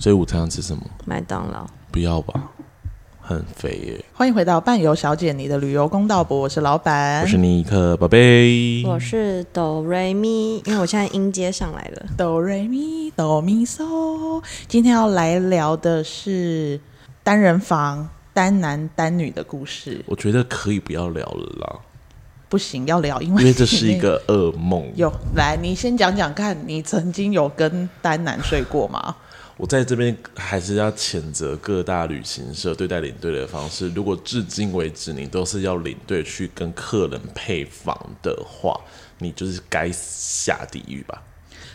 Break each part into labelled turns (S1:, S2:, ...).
S1: 所以午餐要吃什么？
S2: 麦当劳。
S1: 不要吧，很肥耶。
S3: 欢迎回到伴游小姐你的旅游公道博，我是老板
S1: 我，是尼克宝贝，
S2: 我是哆瑞咪，因为我现在音阶上来了。
S3: 哆瑞咪哆咪嗦。今天要来聊的是单人房单男单女的故事，
S1: 我觉得可以不要聊了啦，
S3: 不行要聊，因为
S1: 因为这是一 个噩梦。
S3: 有来，你先讲讲看，你曾经有跟单男睡过吗？
S1: 我在这边还是要谴责各大旅行社对待领队的方式。如果至今为止你都是要领队去跟客人配房的话，你就是该下地狱吧。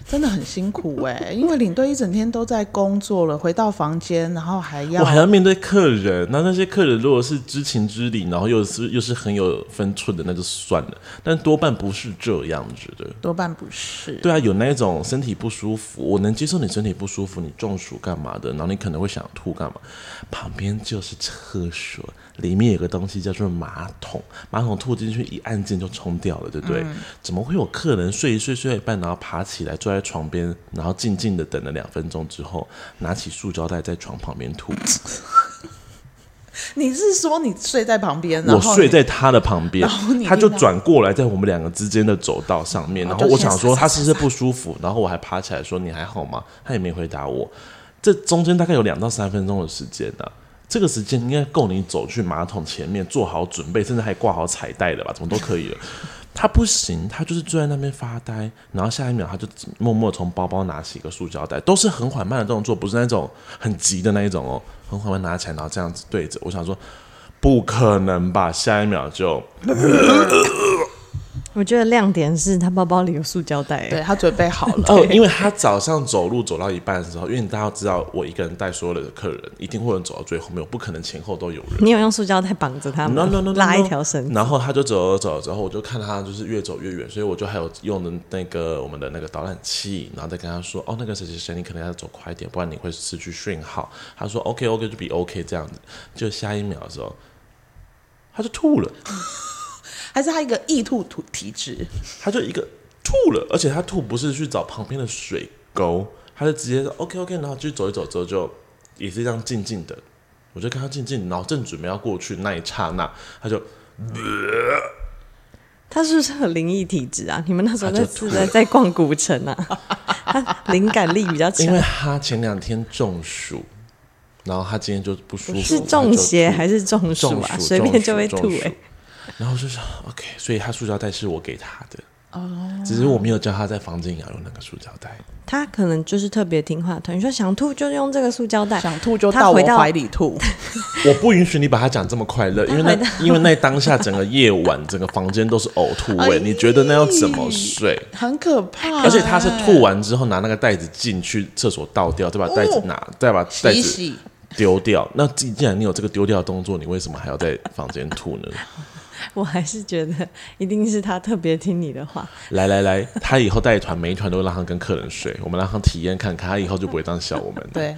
S3: 真的很辛苦哎、因为领队一整天都在工作了，回到房间然后还要
S1: 我还要面对客人，那那些客人如果是知情知理，然后又是又是很有分寸的，那就算了。但多半不是这样子的。
S3: 多半不是。
S1: 对啊，有那种身体不舒服，我能接受你身体不舒服，你中暑干嘛的，然后你可能会想吐干嘛，旁边就是厕所，里面有个东西叫做马桶，马桶吐进去一按键就冲掉了，对不
S3: 嗯
S1: 对？怎么会有客人睡一睡睡到一半，然后爬起来坐在床边，然后静静的等了两分钟之后，拿起塑胶袋在床旁边吐？
S3: 你是说你睡在旁边， 然
S1: 我
S3: 后
S1: 睡
S3: 你
S1: 在他的旁边
S3: 然后你，
S1: 他就
S3: 听到
S1: 转过来，在我们两个之间的走道上面。然后我想说他是不是不舒服，然后我还爬起来说你还好吗？他也没回答我。这中间大概有两到三分钟的时间呢、这个时间应该够你走去马桶前面做好准备，甚至还挂好彩带了吧，怎么都可以了。他不行，他就是坐在那边发呆，然后下一秒他就默默从包包拿起一个塑胶袋，都是很缓慢的动作，不是那种很急的那一种哦，很缓慢拿起来，然后这样子对着。我想说，不可能吧？下一秒就
S2: 我觉得亮点是他包包里有塑胶袋，
S3: 对，他准备好 了。
S1: 哦，因为他早上走路走到一半的时候，因为大家都知道我一个人带所有的客人，一定会有人走到最后面，我不可能前后都有人。
S2: 你有用塑胶袋绑着他吗
S1: no no no，, no
S2: 拉一条绳子。
S1: 然后他就走走走，之后我就看他就是越走越远，所以我就还有用的那个我们的那个导览器，然后再跟他说，哦，那个谁谁谁，你可能要走快一点，不然你会失去讯号。他说 OK OK 就比 OK 这样子，就下一秒的时候，他就吐了，
S3: 还是他一个易吐吐体质，
S1: 他就一个吐了，而且他吐不是去找旁边的水沟，他就直接说 OK OK，然后就走一走之后就也是这样静静的，我就看他静静，然后正准备要过去那一刹那，他就。
S2: 他是不是有灵异体质啊？你们那时候在
S1: 他就吐
S2: 是在在逛古城 啊？他灵感力比较强
S1: 因，为他前两天中暑，然后他今天就不舒服，
S2: 是中邪还
S1: 是？
S2: 是中暑
S1: 中
S2: 啊？
S1: 暑
S2: 随便就会吐
S1: 中暑
S2: 哎、欸
S1: 然后我就想 OK，所以他塑胶袋是我给他的哦，只是我没有叫他在房间也要用那个塑胶袋。
S2: 他可能就是特别听话，他你说想吐就用这个塑胶袋，
S3: 想吐就
S2: 他
S3: 到我
S2: 回到
S3: 怀里吐。
S1: 我不允许你把他讲这么快乐，因为
S2: 他
S1: 那因为那当下整个夜晚，整个房间都是呕吐
S3: 哎
S1: 味，你觉得那要怎么睡？
S3: 很可 怕。欸
S1: 而且他是吐完之后拿那个袋子进去厕所倒掉，再把袋子拿，再把袋
S3: 哦洗一
S1: 子
S3: 洗，
S1: 丢掉。那既既然你有这个丢掉的动作，你为什么还要在房间吐 呢？
S2: 我还是觉得一定是他特别听你的话。
S1: 来来来，他以后带团，每一团都让他跟客人睡，我们让他体验看看，他以后就不会这样笑我们。，
S3: 对，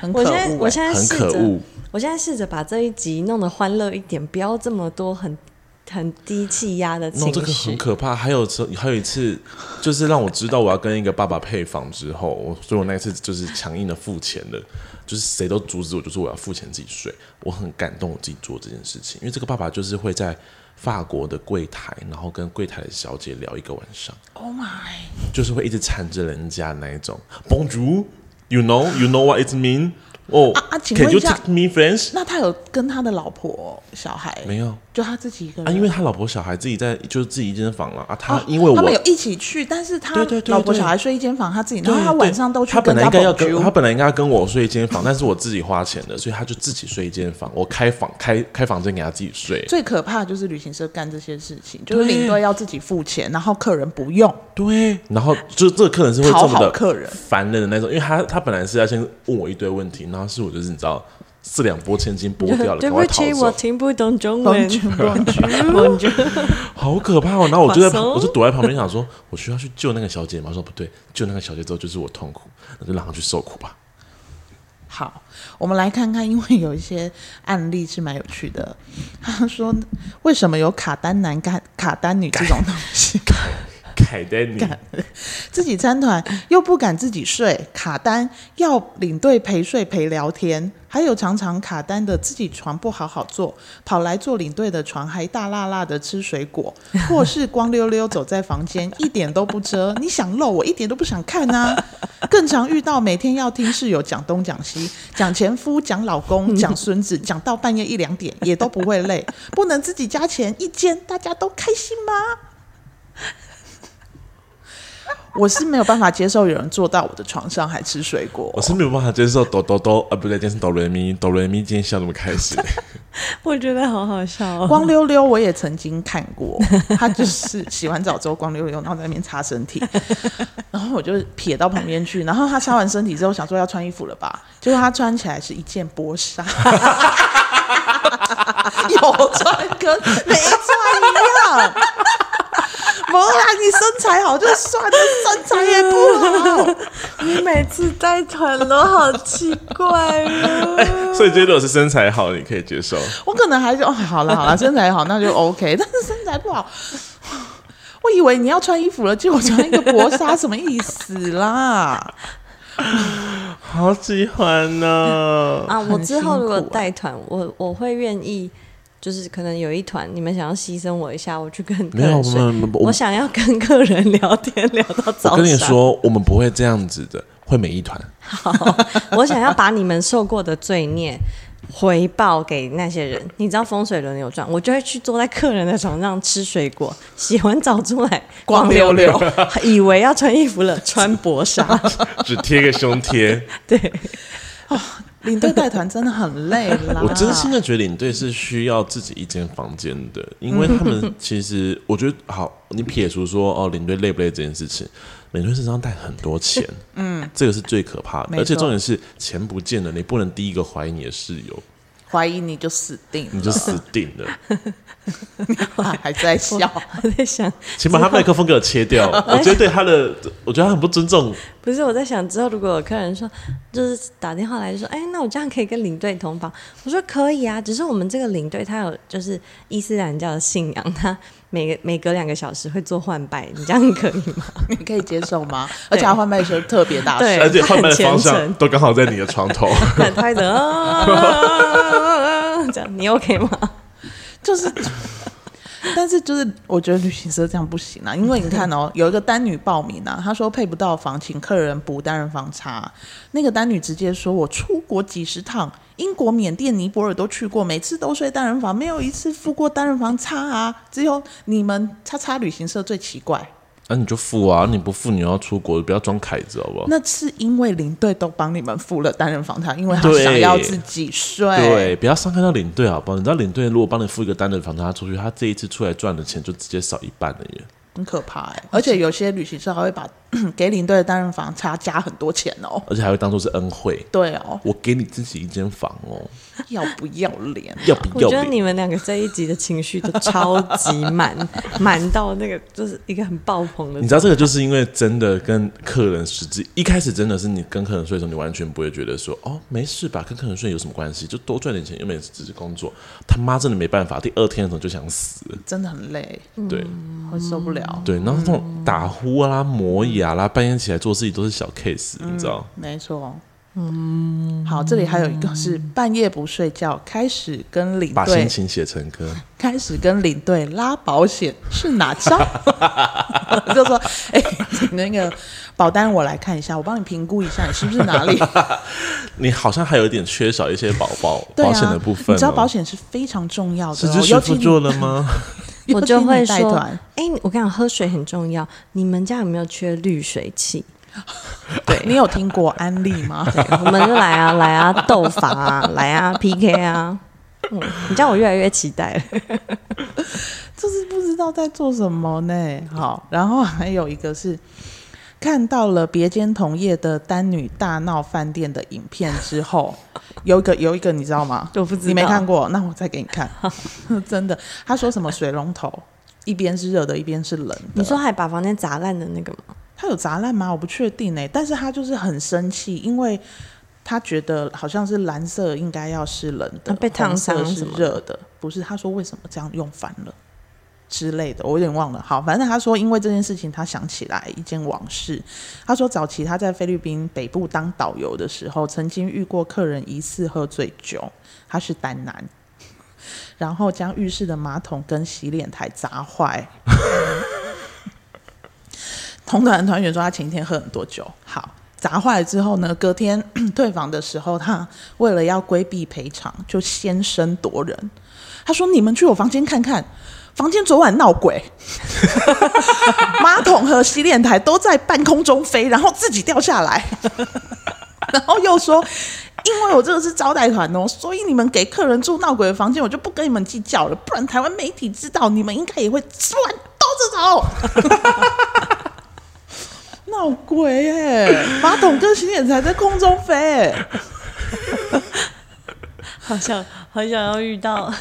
S3: 很可
S2: 我
S3: 恶
S2: 现在我
S3: 哎
S2: 现在
S1: 欸很
S2: 试
S1: 可恶
S2: 着，我现在试着把这一集弄得欢乐一点，不要这么多很很低气压的
S1: 那
S2: 情
S1: 这个
S2: 绪
S1: 很。可怕。还有这还有一次，就是让我知道我要跟一个爸爸配房之后，我所以我那一次就是强硬的付钱的，就是谁都阻止我，就说我要付钱自己睡。我很感动我自己做这件事情，因为这个爸爸就是会在法国的柜台，然后跟柜台的小姐聊一个晚上。
S3: ，Oh my，
S1: 就是会一直缠着人家那一种。Bonjour，you know，you know what it mean？哦、
S3: 啊啊请
S1: c a n
S3: 问
S1: you
S3: 一下
S1: teach me French？
S3: 那他有跟他的老婆小孩
S1: 没有
S3: 就他自己一个
S1: 啊，
S3: 人，哦
S1: 因为他老婆小孩自己在，就是自己一间房了啊。他因为我
S3: 他们有一起去，但是他
S1: 对对对
S3: 老婆
S1: 对
S3: 小孩睡一间房，他自己，然
S1: 对
S3: 后他
S1: 对
S3: 晚上都去
S1: 他本
S3: 跟
S1: 来应该要
S3: 朋
S1: 跟
S3: 友
S1: 他本来应该要跟我睡一间房，但是我自己花钱的，所以他就自己睡一间房，我开房开开房间给他自己睡。
S3: 最可怕的就是旅行社干这些事情，就是
S1: 对
S3: 领队要自己付钱，然后客人不用，
S1: 对，然后就这个客人是会
S3: 讨
S1: 这么
S3: 好
S1: 的
S3: 客人
S1: 烦人的那种，因为他他本来是要先问我一堆问题，然后是我就是你知道四两拨千斤拨 掉了，赶
S2: 对不
S1: 快逃
S2: 起，
S1: 走。
S2: 我听不懂中文。
S1: 好可怕、哦！然后我就在旁，
S2: 发松
S1: 我就躲在旁边想说，我需要去救那个小姐吗？我说不对，救那个小姐之后就是我痛苦，那就让她去受苦吧。
S3: 好，我们来看看，因为有一些案例是蛮有趣的。他说，为什么有卡丹男、卡卡丹女这种东西？
S1: 凯丹尼，
S3: 自己参团又不敢自己睡，卡单要领队陪睡陪聊天，还有常常卡单的自己床不好好坐，跑来坐领队的床，还大辣辣的吃水果，或是光溜溜走在房间，一点都不遮。你想露，我一点都不想看啊！更常遇到每天要听室友讲东讲西，讲前夫、讲老公、讲孙子，讲到半夜一两点也都不会累。不能自己加钱一间，大家都开心吗？我是没有办法接受有人坐到我的床上还吃水果
S1: 我，是没有办法接受哆哆哆，啊，不对，今天是哆瑞咪，哆瑞咪今天笑那么开心，
S2: 我觉得好好笑 哦。
S3: 光溜溜我也曾经看过，他就是洗完澡之后光溜溜，然后在那边擦身体，然后我就撇到旁边去，然后他擦完身体之后想说要穿衣服了吧，结果他穿起来是一件薄纱，有穿跟没穿一样。没啦，你身材好就算了，身材也不好。
S2: 你每次带团都好奇怪哦。
S1: 所以今天如果是身材好，你可以接受。
S3: 我可能还是哦，好了好了，身材好那就 OK，但 是身材不好，我以为你要穿衣服了，结果穿一个薄纱，什么意思啦？
S1: 好喜欢哦呢、
S2: 啊，我
S3: 很
S2: 之后
S3: 辛
S2: 如果
S3: 苦啊
S2: 带团，我我会愿意，就是可能有一团你们想要牺牲我一下，我去跟客
S1: 没有，
S2: 人
S1: 我
S2: 睡。
S1: 们我
S2: 我
S1: 们
S2: 想要跟客人聊天聊到早上。
S1: 我跟你，说，我们不会这样子的，会每一团。
S2: 我想要把你们受过的罪孽回报给那些人。你知道风水轮流转，我就会去坐在客人的床上吃水果，洗完澡出来
S3: 光溜溜，
S2: 以为要穿衣服了，穿薄纱。
S1: 只贴个胸贴。
S2: 对，
S3: 领队带团真的很累啦。
S1: 我真心的觉得领队是需要自己一间房间的，因为他们其实，我觉得好，你撇除说哦，领队累不累这件事情，领队身上带很多钱，嗯，这个是最可怕的，
S3: 没
S1: 而且
S3: 错
S1: 重点是钱不见了，你不能第一个怀疑你的室友，
S3: 怀疑你就死定了，
S1: 你就死定了。
S3: 还在 笑。
S2: 我在想，
S1: 请把他麦克风给我切掉，我觉得对他的，我觉得他很不尊重。
S2: 不是我在想，之后如果有客人说，就是打电话来就说，哎、那我这样可以跟领队同房？我说可以啊，只是我们这个领队他有就是伊斯兰教的信仰，他每个每隔两个小时会做换拜，你这样可以吗？
S3: 你可以接受吗？而且他换麦车特别大声
S2: 对，
S1: 而且换班的方
S2: 他很虔
S1: 向
S2: 诚
S1: 都刚好在你的床头，
S2: 很快 的啊，这样你 OK 吗？
S3: 就是。但是就是，我觉得旅行社这样不行啊，因为你 看哦，有一个单女报名啊，她说配不到房，请客人补单人房差。那个单女直接说，我出国几十趟，英国、缅甸、尼泊尔都去过，每次都睡单人房，没有一次付过单人房差啊。只有你们叉叉旅行社最奇怪，
S1: 那、你就付啊，你不付你要出国，不要装凯子好不好？
S3: 那是因为领队都帮你们付了单人房差，因为他
S1: 对
S3: 想要自己睡。
S1: 对，不要伤害到领队好不好？你知道领队如果帮你付一个单人房，他出去，他这一次出来赚的钱就直接少一半了耶。
S3: 很可怕哎、而且有些旅行社还会把 给领队的单人房差加很多钱哦。
S1: 而且还会当做是恩惠。
S3: 对哦，
S1: 我给你自己一间房哦，
S3: 要不要脸？啊
S1: 要不
S2: 我
S1: 要
S2: 觉得
S1: 脸？
S2: 你们两个这一集的情绪都超级 满，满到那个就是一个很爆棚的
S1: 你。知道这个就是因为真的跟客人实质一开始真的是你跟客人睡的时候，你完全不会觉得说哦没事吧，跟客人睡有什么关系？就多赚点钱，又没有只是工作。他妈真的没办法，第二天的时候就想死了。
S3: 真的很累，
S1: 对、
S2: 嗯
S3: 会受不了。
S1: 对，然后这种打呼啊啦、磨牙啦、半夜起来做事情都是小 case，、你知道？
S3: 没错。嗯，好，这里还有一个是半夜不睡觉，开始跟领
S1: 把心
S3: 队
S1: 情写成歌。
S3: 开始跟领队拉保险是哪招？ 就说，哎、那个保单我来看一下，我帮你评估一下，你是不是 哪里
S1: 你好像还有一点缺少一些保保、
S3: 对啊
S1: 保险的部分、哦。
S3: 你知道保险是非常重要的、
S1: 是
S3: 哦，
S1: 这
S3: 尤
S1: 师
S3: 其
S1: 傅
S3: 你
S1: 做了吗？
S2: 我就会
S3: 尤其你带
S2: 说，
S3: 团
S2: 哎、我跟你讲，喝水很重要。你们家有没有缺滤水器？ 对，
S3: 你有听过安利 吗？
S2: 我们就来啊，来啊，斗法啊，来啊，PK 啊。嗯，你这样我越来越期待了。
S3: 就是不知道在做什么呢。好，然后还有一个是看到了别间同业的单女大闹饭店的影片 之后，有一个有一个你知道吗？
S2: 我不知道
S3: 你没看过，那我再给你看。 真的，他说什么水龙头一边是热的，一边是冷的。
S2: 你说还把房间砸烂的那个吗？
S3: 他有砸烂吗？我不确定哎、但是他就是很生气，因为他觉得好像是蓝色应该要是冷的，
S2: 啊被烫伤
S3: 红色是
S2: 什么的
S3: 热的，不是？他说为什么这样用反了？之类的，我有点忘了。好，反正他说因为这件事情，他想起来一件往事。他说早期他在菲律宾北部当导游的时候，曾经遇过客人疑似喝醉酒，他是单男， 然后将浴室的马桶跟洗脸台砸坏。同团团员说他前一天喝很多酒，好砸坏了之后呢，隔天 退房的时候，他为了要规避赔偿，就先声夺人。他说：“你们去我房间看看，房间昨晚闹鬼， 马桶和洗脸台都在半空中飞，然后自己掉下来。” 然后又说，因为我这个是招待团哦，所以你们给客人住闹鬼的房间，我就不跟你们计较了。不然台湾媒体知道，你们应该也会吃完兜着走。闹鬼耶、马桶跟洗脸才在空中飞、欸，
S2: 好想好想要遇到，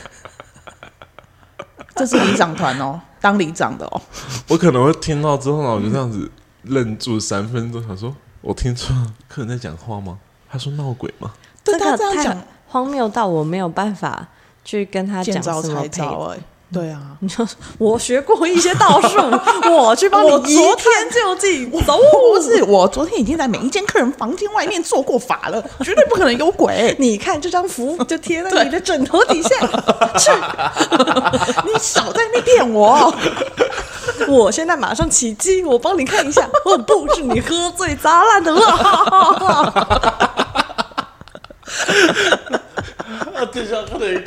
S3: 这是里长团哦，当里长的哦。
S1: 我可能会听到之后呢，我就这样子愣住三分钟，想说我听错了客人在讲话吗？他说闹鬼吗？
S3: 对
S2: 这
S3: 他
S2: 个
S3: 这样
S2: 太
S3: 讲，
S2: 荒谬到我没有办法去跟他
S3: 见
S2: 讲
S3: 招
S2: 什么赔
S3: 拆招哎、对啊，
S2: 你就说我学过一些道 术，我去帮你
S3: 我昨
S2: 一探究竟。走，
S3: 不是，我昨天已经在每一间客人房间外面做过法 了，绝对不可能有鬼。
S2: 你看这张 符就贴在你的枕头底下，
S3: 你少在那边骗我！
S2: 我现在马上起鸡，我帮你看一下，我布置你喝醉砸烂的 了。
S1: 啊，这下他得，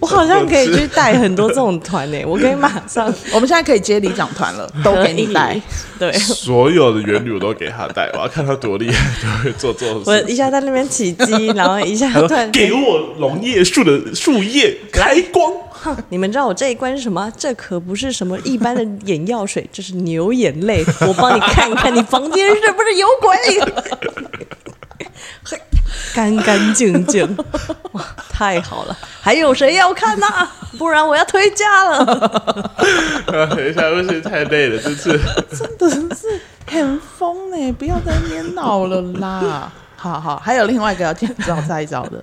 S2: 我好像可以去带很多这种团诶、我可以马上
S3: 我们现在可以接里长团了， 都给你带。。
S2: 对，
S1: 所有的原理我都给他带，我要看他多厉害，就会做这种
S2: 我
S1: 事。
S2: 一下在那边起鸡，然后一下
S1: 他
S2: 突然
S1: 说：“给我龙叶树的树叶开光。
S2: 哼，你们知道我这一关是什么？这可不是什么一般的眼药水，这是牛眼泪。我帮你看一看，你房间是不是有鬼？嘿干干净净，哇，太好了！还有谁要看呐、不然我要推价了。”
S1: 啊， 等一下，不行，太累了，这次。
S3: 真的是很疯哎、不要在那边闹了啦！ 好好，还有另外一个要见招拆招 的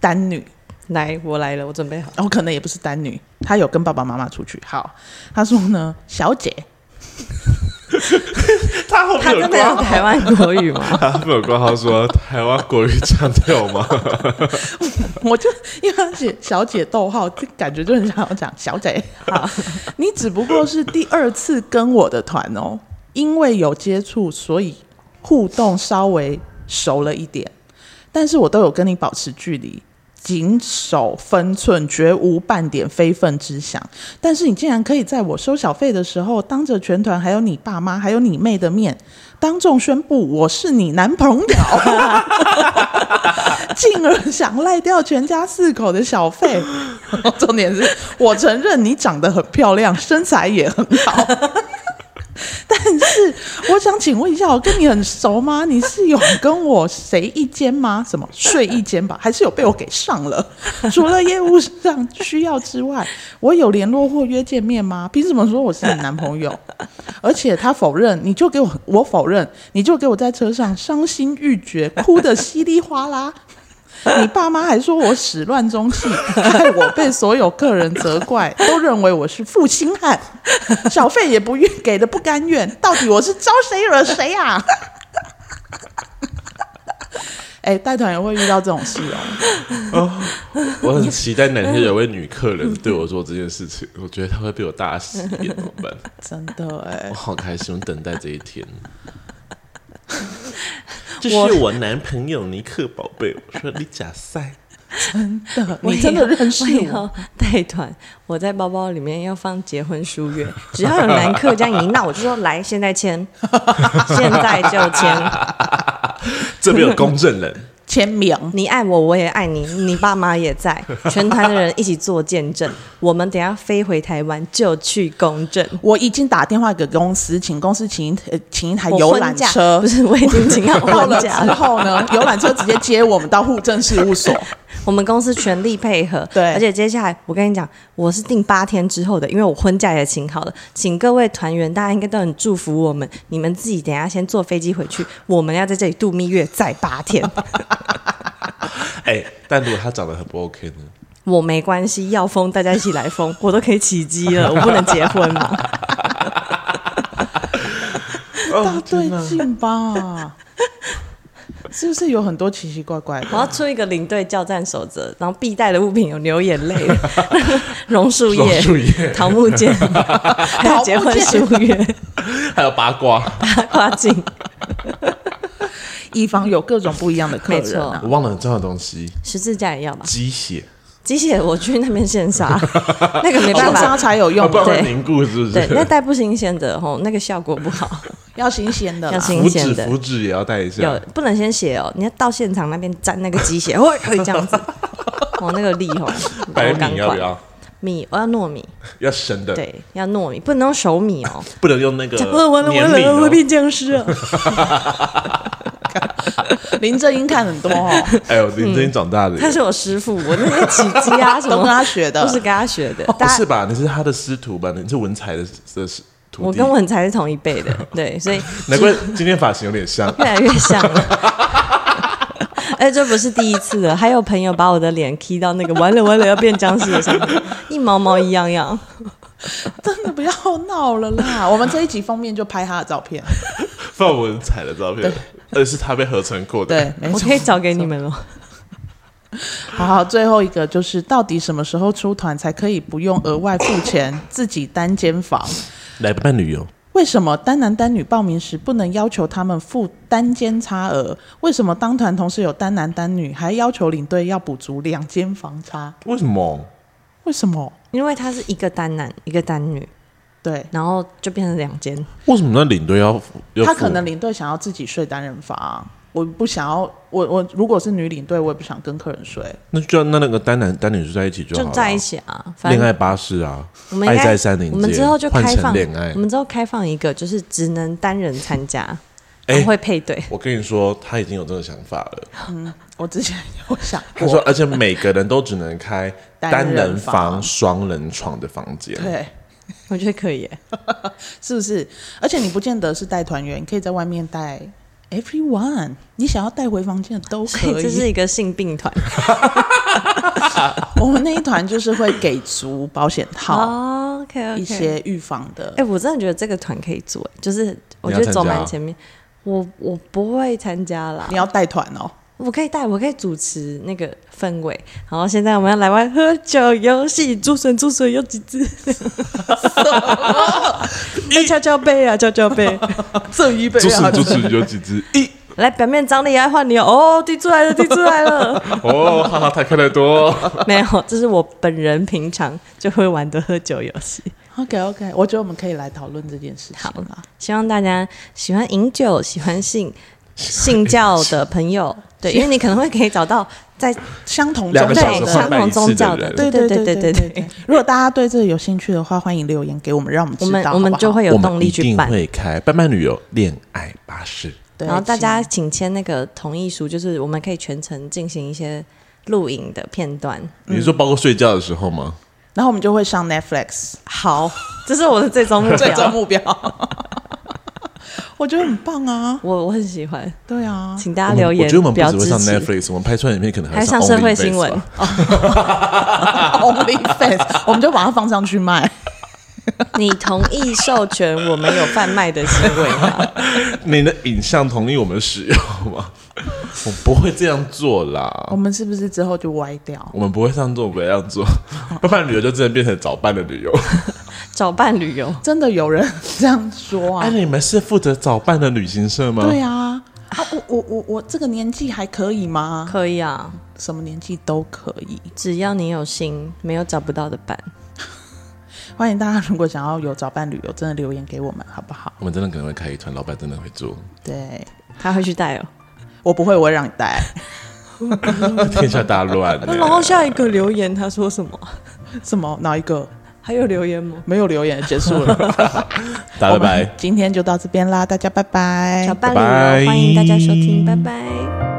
S3: 单女，
S2: 来，我来了，我准备好。
S3: 然后可能也不是单女，她有跟爸爸妈妈出去。好，她说呢，小姐，
S1: 他后
S2: 他
S1: 面有
S2: 真的有
S1: 挂，
S2: 台湾国语吗？
S1: 他后面有挂号说台湾国语腔调吗？
S3: 我就因为他写小姐逗号，就感觉就很想要讲小姐。好，你只不过是第二次跟我的团哦，因为有接触，所以互动稍微熟了一点，但是我都有跟你保持距离。谨守分寸，绝无半点非分之想。但是你竟然可以在我收小费的时候，当着全团还有你爸妈还有你妹的面，当众宣布我是你男朋友。 进而想赖掉全家四口的小费。 重点是我承认你长得很漂亮，身材也很好。 但是我想请问一下，我跟你很熟吗？你是有跟我谁一间吗？什么睡一间吧？还是有被我给上了？除了业务上需要之外，我有联络或约见面吗？凭什么说我是你男朋友？而且他否认，你就给我我否认，你就给我在车上伤心欲绝，哭得稀里哗啦。你爸妈还说我始乱终弃，害我被所有客人责怪，都认为我是负心汉，小费也不愿给的不甘愿，到底我是招谁惹谁啊？ 哎、带团也会遇到这种事哦。
S1: 我很期待哪天有位女客人对我做这件事情，我觉得她会被我大洗脸，怎么 办？
S3: 真的哎
S1: 我、好开心，我等待这一天。 这是我男朋友尼克宝贝，我说你假赛，
S3: 真的， 你真的认识
S2: 我以
S3: 我？
S2: 后带团，我在包包里面要放结婚书约，只要有男客这样一闹，我就说来，现在 签，现在就签。
S1: 这边有公证人，
S3: 签名，
S2: 你爱我，我也爱你，你爸妈也在， 全团的人一起做见证。我们等一下飞回台湾就去公证。
S3: 我已经打电话给公司，请公司请一呃请一台
S2: 我
S3: 游
S2: 婚
S3: 览
S2: 假
S3: 车
S2: 不。是，我已经请好
S3: 到
S2: 婚
S3: 了之
S2: 假了。
S3: 后 呢，游览车直接接我们到户政事务所。
S2: 我们公司全力配合，
S3: 对
S2: 而且接下来我跟你讲，我是定八天之后的，因为我婚假也请好了，请各位团员，大家应该都很祝福我们。你们自己等一下先坐飞机回去，我们要在这里度蜜月再八天。
S1: 哎、但如果他长得很不 OK 呢？
S2: 我没关系，要封大家一起来封，我都可以起鸡了，我不能结婚吗？
S3: 大对劲吧？是不是有很多奇奇怪怪
S2: 我
S3: 的？
S2: 要出一个领队教战守则，然后必带的物品有牛眼泪、 榕树叶、
S1: 树叶，
S2: 桃木 剑，还有结婚书约、
S1: 还有八卦，
S2: 八卦镜。
S3: 以防有各种不一样的客人啊。
S1: 我忘了很重要的东西，
S2: 十字架也要吧？
S1: 鸡血，
S2: 机械我去那边 现杀，那个没办
S3: 现杀
S2: 法，
S3: 才有用
S1: 要
S3: 啊，
S1: 不然会
S2: 对
S1: 凝固是不
S2: 对，那
S1: 是？
S2: 带不新鲜的吼，那个效果不好。
S3: 要新鲜的啦
S2: 要。新
S1: 符
S2: 明显
S1: 纸
S2: 的
S1: 符纸也要带一
S2: 有
S1: 下，
S2: 不能先写哦，你要到现场那边沾那个鸡血， 会会这样子。哦，那个力吼，
S1: 白
S2: 我赶
S1: 米要不
S2: 快
S1: 要？
S2: 米，我要糯米，
S1: 要生的，
S2: 对，要糯米，不能用熟米哦。
S1: 不能用那个
S2: 我完了完
S1: 呃粘
S2: 了，
S1: 米
S2: 我会
S1: 哦。
S2: 变僵尸啊！
S3: 林正英看很多 哦，
S1: 哎呦，林真长大的耶，
S2: 他是我师傅，我那些起鸡 啊什
S3: 都
S2: 么，
S3: 跟他学的
S2: 都。是跟他学的。
S1: 不
S2: 大家
S1: 是吧？你是他的师徒吧？你是文采的的师徒弟。
S2: 我跟文才是同一辈的，对，所以。
S1: 难怪今天发型有点像
S2: 越来越像了。 哎，这不是第一次了，还有朋友把我的脸 key 到那个完了完了要变僵尸的上面，一毛毛一样样。
S3: 真的不要闹了啦！我们这一集封面就拍他的照片，
S1: 放文采的照片，而且是他被合成过的。
S3: 对，没
S2: 我
S3: 错
S2: 可。以找给你们了。
S3: 好好，最后一个就是到底什么时候出团才可以不用额外付钱自己单间房？
S1: 来办旅游，
S3: 为什么单男单女报名时不能要求他们付单间差额？为什么当团同时有单男单女，还要求领队要补足两间房差？
S1: 为什么？
S3: 为什么？
S2: 因为他是一个单男一个单女，
S3: 对
S2: 然后就变成两间。
S1: 为什么那领队要要
S3: 他
S1: 付
S3: 可能领队想要自己睡单人房，我不想要。我我如果是女领队，我也不想跟客人睡。
S1: 那就那那个单男单女就在一起就好
S2: 就
S1: 了
S2: 在一。起啊，反
S1: 恋爱
S2: 正
S1: 巴士啊，
S2: 我们应
S1: 爱
S2: 该
S1: 在三零街，
S2: 我们之后就
S1: 换
S2: 开
S1: 成
S2: 放
S1: 恋爱
S2: 我。们之后开放一个，就是只能单人参加，
S1: 哎
S2: 然后会配对。
S1: 我跟你说，他已经有这个想法了。
S3: 我之前有想
S1: 他
S3: 过
S1: 说，，而且每个人都只能 开
S3: 单
S1: 单人
S3: 人房
S1: 房、双人床的房间。
S3: 对，
S2: 我觉得可以耶，
S3: 是不是？而且你不见得是带团员，你可以在外面带 everyone，你想要带回房间的都
S2: 所
S3: 可
S2: 以这是
S3: 以。
S2: 一个性病团
S3: 我们那一团就是会给足保险套、
S2: 哦 OK OK，
S3: 一些预防的
S2: 哎、。我真的觉得这个团可以做，就是我
S1: 你
S2: 觉
S1: 要
S2: 得
S1: 参
S2: 走
S1: 加
S2: 蛮
S1: 啊
S2: 前面。我我不会参加啦
S3: 你，要带团哦，
S2: 我可以带，我可以主持那个氛围。然后现在我们要来玩喝酒游戏，竹笋竹笋有几只？ 哎，敲敲背啊，敲敲 背！
S3: 赠一杯
S1: 猪
S3: 啊
S1: 是猪！是有几只？一
S2: 来，表面张力来换你哦，哦滴出来了，滴出来了。
S1: 哦，哈哈，太快乐多。
S2: 没有，这是我本人平常就会玩的喝酒游戏。
S3: OK OK，我觉得我们可以来讨论这件事情
S2: 好
S3: 啦。
S2: 希望大家喜欢饮酒、喜欢 性性教的朋友，对，因为你可能会可以找到在
S3: 相同
S1: 两个
S3: 种
S1: 小
S3: 类
S1: 时换
S2: 对相
S3: 的，
S1: 卖
S2: 同
S1: 一次
S2: 宗
S1: 的
S2: 教的，
S1: 人
S3: 对
S2: 对
S3: 对
S2: 对
S3: 对
S2: 对
S3: 对。如果大家对这个有兴趣的话，欢迎留言给我们，让我们
S2: 我
S3: 知
S2: 们
S3: 道，
S2: 我们
S3: 好不好
S2: 就会有
S1: 我们
S2: 动力
S1: 一
S2: 去
S1: 定
S2: 办。
S1: 会开伴伴旅游恋爱巴士。
S3: 对
S2: 然后大
S3: 请
S2: 家请签那个同意书，就是我们可以全程进行一些录影的片段。
S1: 你说包括睡觉的时候吗？
S3: 然后我们就会上 Netflix
S2: 好，这是我的最 终目
S3: 最终
S2: 标，
S3: 目标。我觉得很棒啊，
S2: 我我很喜欢，
S3: 对啊，
S2: 请大
S1: 我
S2: 家
S1: 们
S2: 留言
S1: 我觉得我们
S2: 表
S1: 不只会
S2: 支
S1: 上
S2: 持。
S1: Netflix，我们拍出来影片可能
S2: 还
S1: 会
S2: 上
S1: 上
S2: 社会
S1: OnlyFans
S2: 新闻
S1: 吧，
S3: Only Fans，我们就把它放上去卖。
S2: 你同意授权我们有贩卖的行为吗？
S1: 你的影像同意我们使用吗？ 我不会这样做
S3: 我
S1: 啦，
S3: 们是不是之后就歪掉？
S1: 我们不会这样做，我们不会这样做。
S2: 哦
S1: 伴伴旅游就真的变成早办的旅游，
S2: 找伴旅游，
S3: 真的有人这样说
S1: 哎，
S3: 啊？
S1: 你们是负责早办的旅行社吗？
S3: 对啊，啊，我我我我这个年纪还可以吗？
S2: 可以啊，
S3: 什么年纪都可以。
S2: 只要你有心，没有找不到的伴。
S3: 欢迎大家，如果想要有早伴旅游，真的留言给我们，好不好？
S1: 我们真的可能会开一团，老板真的会做，
S3: 对
S2: 他会去带哦。
S3: 我不会，我会让你带。
S1: 天下大乱欸。
S2: 然后下一个留言他说什么？
S3: 什么？哪一个？
S2: 还有留言吗？
S3: 没有留言，结束 了。
S1: 大家拜
S3: 我们
S1: 拜。
S3: 今天就到这边啦，大家拜拜，
S2: 小伴
S1: 哎拜拜
S2: 侣哦，欢迎大家收听，拜拜